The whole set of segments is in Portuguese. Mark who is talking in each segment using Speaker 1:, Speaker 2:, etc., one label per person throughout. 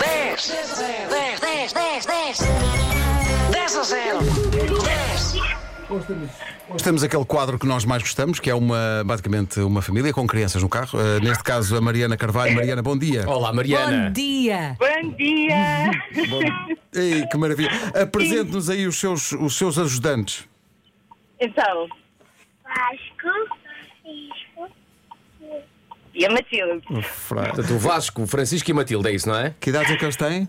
Speaker 1: 10, 10, 10, 10, 10, 10 a 0. 10.
Speaker 2: Temos aquele quadro que nós mais gostamos, que é uma, basicamente uma família com crianças no carro. Eh, neste caso, a Mariana Carvalho. Mariana, bom dia.
Speaker 3: Olá, Mariana.
Speaker 4: Bom dia!
Speaker 5: Bom dia!
Speaker 2: Ei, que maravilha. Apresente-nos aí os seus, os seus ajudantes.
Speaker 5: Então,
Speaker 6: Vasco, Francisco,
Speaker 5: e a Matilde?
Speaker 3: Portanto, o Vasco, o Francisco e a Matilde, é isso, não é?
Speaker 2: Que idades é que eles têm?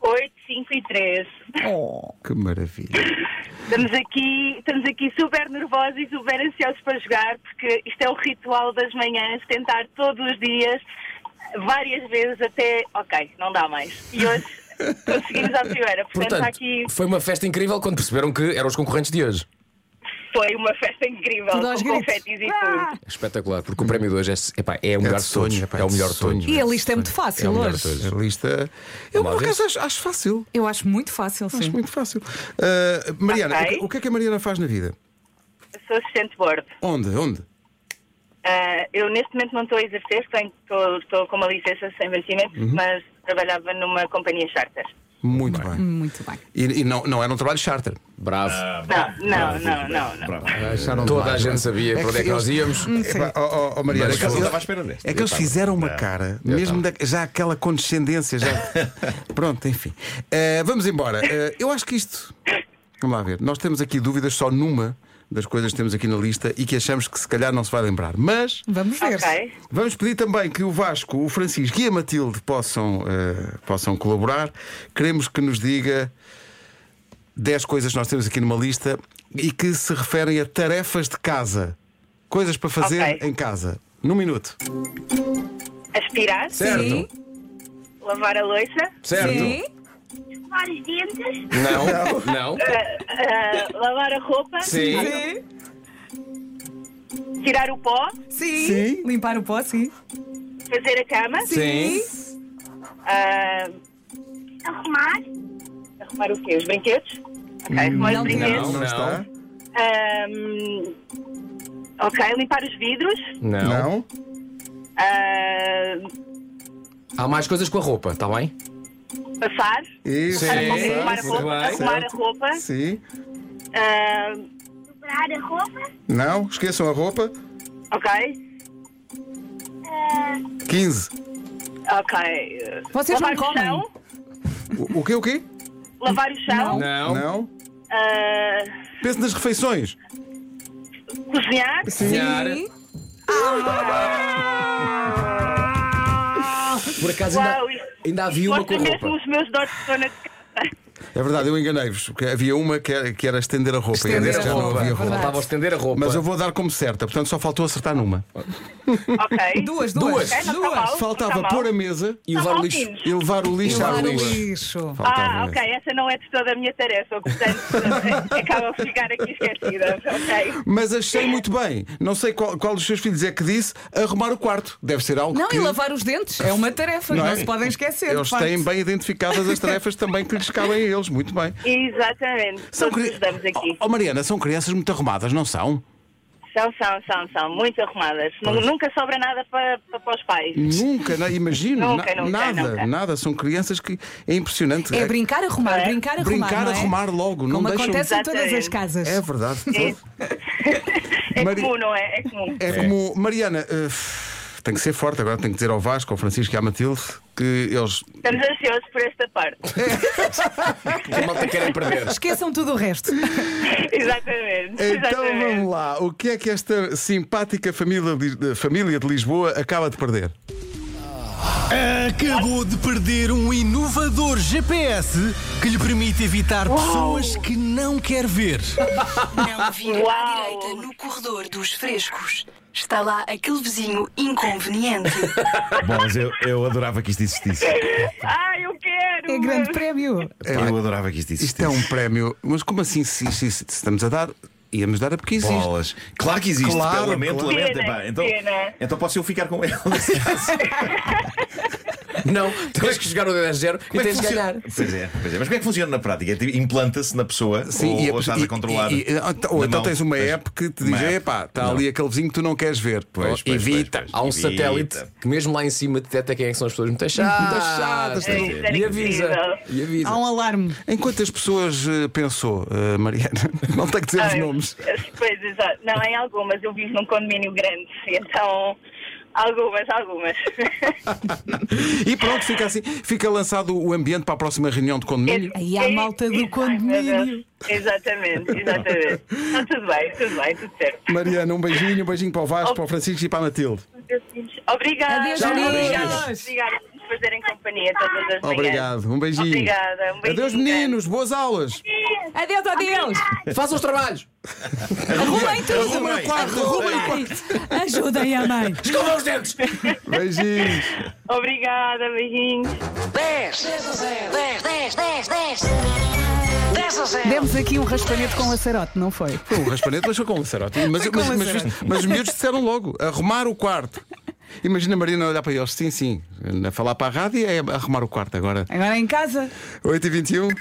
Speaker 5: 8, 5 e 3.
Speaker 4: Oh.
Speaker 2: Que maravilha.
Speaker 5: Estamos aqui, estamos aqui super nervosos e super ansiosos para jogar, porque isto é o ritual das manhãs, tentar todos os dias, várias vezes até, ok, não dá mais. E hoje conseguimos à primeira, portanto,
Speaker 3: Portanto,
Speaker 5: aqui
Speaker 3: foi uma festa incrível quando perceberam que eram os concorrentes de hoje.
Speaker 5: foi uma festa incrível,
Speaker 4: Tudo aos
Speaker 5: com
Speaker 4: gritos.
Speaker 5: confetis e tudo.
Speaker 3: Espetacular, porque o prémio de hoje é, epá, é o melhor
Speaker 2: de sonho,
Speaker 3: de todos.
Speaker 2: epá,
Speaker 3: é o
Speaker 2: de
Speaker 3: melhor de
Speaker 2: sonho.
Speaker 3: todos.
Speaker 4: E a lista é muito
Speaker 3: É
Speaker 4: fácil
Speaker 3: o melhor de
Speaker 4: hoje.
Speaker 3: todos.
Speaker 2: A lista. Eu, por
Speaker 3: Vamos lá
Speaker 2: acaso, acho, acho fácil.
Speaker 4: Eu acho muito fácil, sim.
Speaker 2: Acho muito fácil. Eh, Mariana,
Speaker 5: Ok.
Speaker 2: o que- o que é que a Mariana faz na vida?
Speaker 5: Sou assistente de bordo.
Speaker 2: Onde? Onde?
Speaker 5: Ah, eu neste momento não estou a exercer, tenho- estou, estou com uma licença sem vencimento, mas trabalhava numa companhia charter.
Speaker 2: Muito bem.
Speaker 4: Muito bem.
Speaker 2: E, e não, não era um trabalho charter.
Speaker 3: Bravo.
Speaker 5: não, não, não, não. não.
Speaker 3: Toda a gente sabia para onde é que nós íamos.
Speaker 2: Epá, ó, ó, ó, Mariana,
Speaker 7: Mas
Speaker 2: é que eles-
Speaker 7: eu estava à espera deste.
Speaker 2: É que eles
Speaker 7: Eu estava.
Speaker 2: fizeram uma cara, mesmo da- já aquela condescendência, já. Pronto, enfim. Eh, vamos embora. Eh, eu acho que isto. Vamos lá ver. Nós temos aqui dúvidas só numa das coisas que temos aqui na lista e que achamos que se calhar não se vai lembrar. Mas
Speaker 4: Vamos ver.
Speaker 5: Ok.
Speaker 2: Vamos pedir também que o Vasco, o Francisco e a Matilde possam, eh, possam colaborar. Queremos que nos diga 10 coisas que nós temos aqui numa lista e que se referem a tarefas de casa. Coisas para fazer
Speaker 5: Ok.
Speaker 2: em casa. Num minuto.
Speaker 5: Aspirar,
Speaker 4: Sim,
Speaker 5: lavar a louça,
Speaker 3: Certo.
Speaker 4: sim.
Speaker 6: lavar os dentes,
Speaker 3: Não, não.
Speaker 5: ah, lavar a roupa,
Speaker 2: Então.
Speaker 3: Sim.
Speaker 4: Sim.
Speaker 5: tirar o pó,
Speaker 4: Sim.
Speaker 2: Sim.
Speaker 4: Limpar o pó, sim.
Speaker 5: fazer a cama,
Speaker 3: Sim.
Speaker 5: ah,
Speaker 6: arrumar,
Speaker 5: arrumar o quê? Os brinquedos? Ok,
Speaker 4: não,
Speaker 5: arrumar
Speaker 3: Hum,
Speaker 5: os
Speaker 3: Não,
Speaker 5: brinquedos.
Speaker 3: não.
Speaker 2: está?
Speaker 5: Ah, ok, limpar os vidros.
Speaker 3: Não.
Speaker 2: Não?
Speaker 5: ah,
Speaker 3: Há mais coisas com a roupa, está bem?
Speaker 5: passar,
Speaker 2: Isso.
Speaker 3: Sim.
Speaker 5: arrumar a
Speaker 3: sim,
Speaker 5: roupa,
Speaker 3: bem,
Speaker 5: arrumar a roupa.
Speaker 2: Sim.
Speaker 5: ah,
Speaker 6: dobrar a roupa,
Speaker 2: Não? Esqueçam a roupa.
Speaker 5: ok,
Speaker 6: ah,
Speaker 2: 15.
Speaker 5: ok.
Speaker 4: Vocês
Speaker 5: lavar
Speaker 4: não
Speaker 5: o
Speaker 4: comem?
Speaker 5: chão,
Speaker 2: O, o quê? O quê?
Speaker 5: lavar o chão,
Speaker 3: Não.
Speaker 2: Não?
Speaker 5: ah,
Speaker 2: Pense nas refeições.
Speaker 5: cozinhar,
Speaker 3: Cozinhar.
Speaker 4: Sim.
Speaker 3: Por acaso
Speaker 5: Uau,
Speaker 3: ainda,
Speaker 5: isto-
Speaker 3: ainda havia uma com
Speaker 5: mostra
Speaker 3: a
Speaker 5: mesmo
Speaker 3: roupa.
Speaker 5: os meus dores de dona de casa.
Speaker 2: É verdade, eu enganei-vos. porque Havia uma que era, que era estender a roupa. e
Speaker 4: Estender
Speaker 2: nesse
Speaker 4: a
Speaker 2: já não
Speaker 4: roupa,
Speaker 2: havia
Speaker 4: é
Speaker 2: roupa.
Speaker 4: verdade.
Speaker 3: Faltava estender a roupa.
Speaker 2: Mas eu vou dar como certa, portanto só faltou acertar numa.
Speaker 5: Ok.
Speaker 3: Duas.
Speaker 4: Duas, duas.
Speaker 5: Ok, não está mal.
Speaker 4: Duas.
Speaker 2: Faltava
Speaker 5: Está mal.
Speaker 2: pôr a mesa
Speaker 3: E levar o lixo.
Speaker 5: Altinhos.
Speaker 2: e levar o lixo à
Speaker 4: Levar o
Speaker 2: rua.
Speaker 4: lixo.
Speaker 2: Faltava
Speaker 5: Ah,
Speaker 2: essa.
Speaker 5: ok, essa não é de toda a minha tarefa, portanto, acaba por ficar aqui esquecida. Ok.
Speaker 2: Mas achei muito bem. Não sei qual, qual dos seus filhos é que disse arrumar o quarto. Deve ser algo
Speaker 4: Não,
Speaker 2: que
Speaker 4: e lavar os dentes é uma tarefa,
Speaker 2: Não
Speaker 4: não,
Speaker 2: é?
Speaker 4: se podem esquecer.
Speaker 2: eles
Speaker 4: de facto.
Speaker 2: têm bem identificadas as tarefas também que lhes cabem a eles. Muito bem.
Speaker 5: Exatamente. Todos
Speaker 2: cri-
Speaker 5: estamos aqui.
Speaker 2: Oh, oh, Mariana, são crianças muito arrumadas, não são?
Speaker 5: São, são, são, são. Muito arrumadas. Nu- Nunca sobra nada para, para, para os pais.
Speaker 2: Nunca, não, imagino.
Speaker 5: Nunca,
Speaker 2: na-
Speaker 5: nunca,
Speaker 2: nada,
Speaker 5: nunca.
Speaker 2: nada. São crianças que é impressionante.
Speaker 4: É brincar, arrumar,
Speaker 5: É.
Speaker 4: brincar, arrumar.
Speaker 2: Brincar,
Speaker 4: não é?
Speaker 2: arrumar logo, não
Speaker 4: Como
Speaker 2: deixam-
Speaker 4: acontece em todas as
Speaker 5: Exatamente.
Speaker 4: casas.
Speaker 2: É verdade.
Speaker 5: É
Speaker 2: Mari-
Speaker 5: comum, não é? É comum.
Speaker 2: É como. Mariana, eh, tem que ser forte agora, tem que dizer ao Vasco, ao Francisco e à Matilde que eles.
Speaker 5: Estamos ansiosos por esta parte.
Speaker 3: A malta
Speaker 7: é
Speaker 3: querem perder.
Speaker 4: Esqueçam tudo o
Speaker 5: É
Speaker 4: resto. É
Speaker 5: Exatamente.
Speaker 2: Então
Speaker 5: exatamente.
Speaker 2: vamos lá, o que é que esta simpática família de, família de Lisboa acaba de perder?
Speaker 8: Acabou de perder um inovador GPS que lhe permite evitar pessoas que não quer ver.
Speaker 9: Não vira à
Speaker 5: Uau.
Speaker 9: direita no corredor dos frescos. Está lá aquele vizinho inconveniente.
Speaker 7: Bom, mas eu, eu adorava que isto existisse.
Speaker 2: É.
Speaker 5: Ai, eu quero!
Speaker 4: É grande prémio.
Speaker 7: Eu adorava que isto existisse.
Speaker 2: Isto é um prémio, mas como assim se, se- se estamos a dar, íamos dar a porque um existe.
Speaker 7: Bolas. Claro que existe.
Speaker 2: Claro,
Speaker 7: pá, lamento,
Speaker 2: claro.
Speaker 7: lamento.
Speaker 5: Pena,
Speaker 7: Epá, então,
Speaker 5: pena.
Speaker 7: então posso eu ficar com ela.
Speaker 3: Não, tens que chegar ao 10 a 0 e
Speaker 7: Como é que
Speaker 3: tens de
Speaker 7: funciona?
Speaker 3: ganhar.
Speaker 7: Pois é, pois é. Mas como é que funciona na prática? É tipo, Implanta-se na pessoa ou,
Speaker 2: e
Speaker 7: ou estás
Speaker 2: e-
Speaker 7: a controlar?
Speaker 2: e- e- ou então- ou
Speaker 7: na
Speaker 2: então
Speaker 7: mão?
Speaker 2: tens uma
Speaker 7: Pois.
Speaker 2: app que te
Speaker 7: Uma
Speaker 2: diz:
Speaker 7: app.
Speaker 2: epá, está
Speaker 7: Não.
Speaker 2: ali aquele vizinho que tu não queres ver.
Speaker 7: Pois,
Speaker 2: Oh,
Speaker 7: pois,
Speaker 2: evita.
Speaker 7: pois,
Speaker 3: Há um
Speaker 7: Evita.
Speaker 3: satélite que mesmo lá em cima detecta quem é que são as pessoas muito chatas.
Speaker 2: Muito chatas,
Speaker 3: É,
Speaker 5: tudo.
Speaker 3: e avisa. E avisa.
Speaker 4: Há um alarme.
Speaker 2: Em quantas pessoas eh, pensou, eh, Mariana? Não tem que dizer os
Speaker 5: Ah, eu-
Speaker 2: nomes.
Speaker 5: Pois, exato. Não, em algumas. Eu vivo num condomínio grande. Então, algumas, algumas.
Speaker 2: E pronto, fica assim, fica lançado o ambiente para a próxima reunião de condomínio.
Speaker 4: Aí há a malta do
Speaker 5: Ai, meu
Speaker 4: condomínio.
Speaker 5: Deus. Exatamente, exatamente. Não, tudo bem, tudo bem, tudo certo.
Speaker 2: Mariana, um beijinho, um beijinho para o Vasco, para o Francisco e para a Matilde.
Speaker 5: Obrigada.
Speaker 4: Adeus,
Speaker 5: obrigada.
Speaker 4: meninos.
Speaker 5: Obrigada por nos fazerem companhia todas as manhãs.
Speaker 2: Obrigado, um beijinho.
Speaker 5: Obrigada, um beijinho.
Speaker 2: Adeus, meninos, boas aulas.
Speaker 4: Adeus, adeus.
Speaker 3: Faça os trabalhos.
Speaker 4: Arrumem tudo.
Speaker 7: Arrumem o quarto,
Speaker 4: Arrumem. Ajudem a mãe.
Speaker 3: Escova os dentes.
Speaker 2: Beijinhos.
Speaker 5: Obrigada, beijinhos.
Speaker 1: 10 10 10 10 10 10 a 0.
Speaker 4: Demos aqui um raspanete com laçarote, não foi?
Speaker 2: Foi um raspanete, mas foi com um laçarote. Mas,
Speaker 4: Foi com
Speaker 2: mas- mas-
Speaker 4: laçarote.
Speaker 2: mas os miúdos disseram logo: arrumar o quarto. Imagina a Mariana olhar para eles, sim, sim, a falar para a rádio é arrumar o quarto agora.
Speaker 4: Agora em casa.
Speaker 2: 8h21.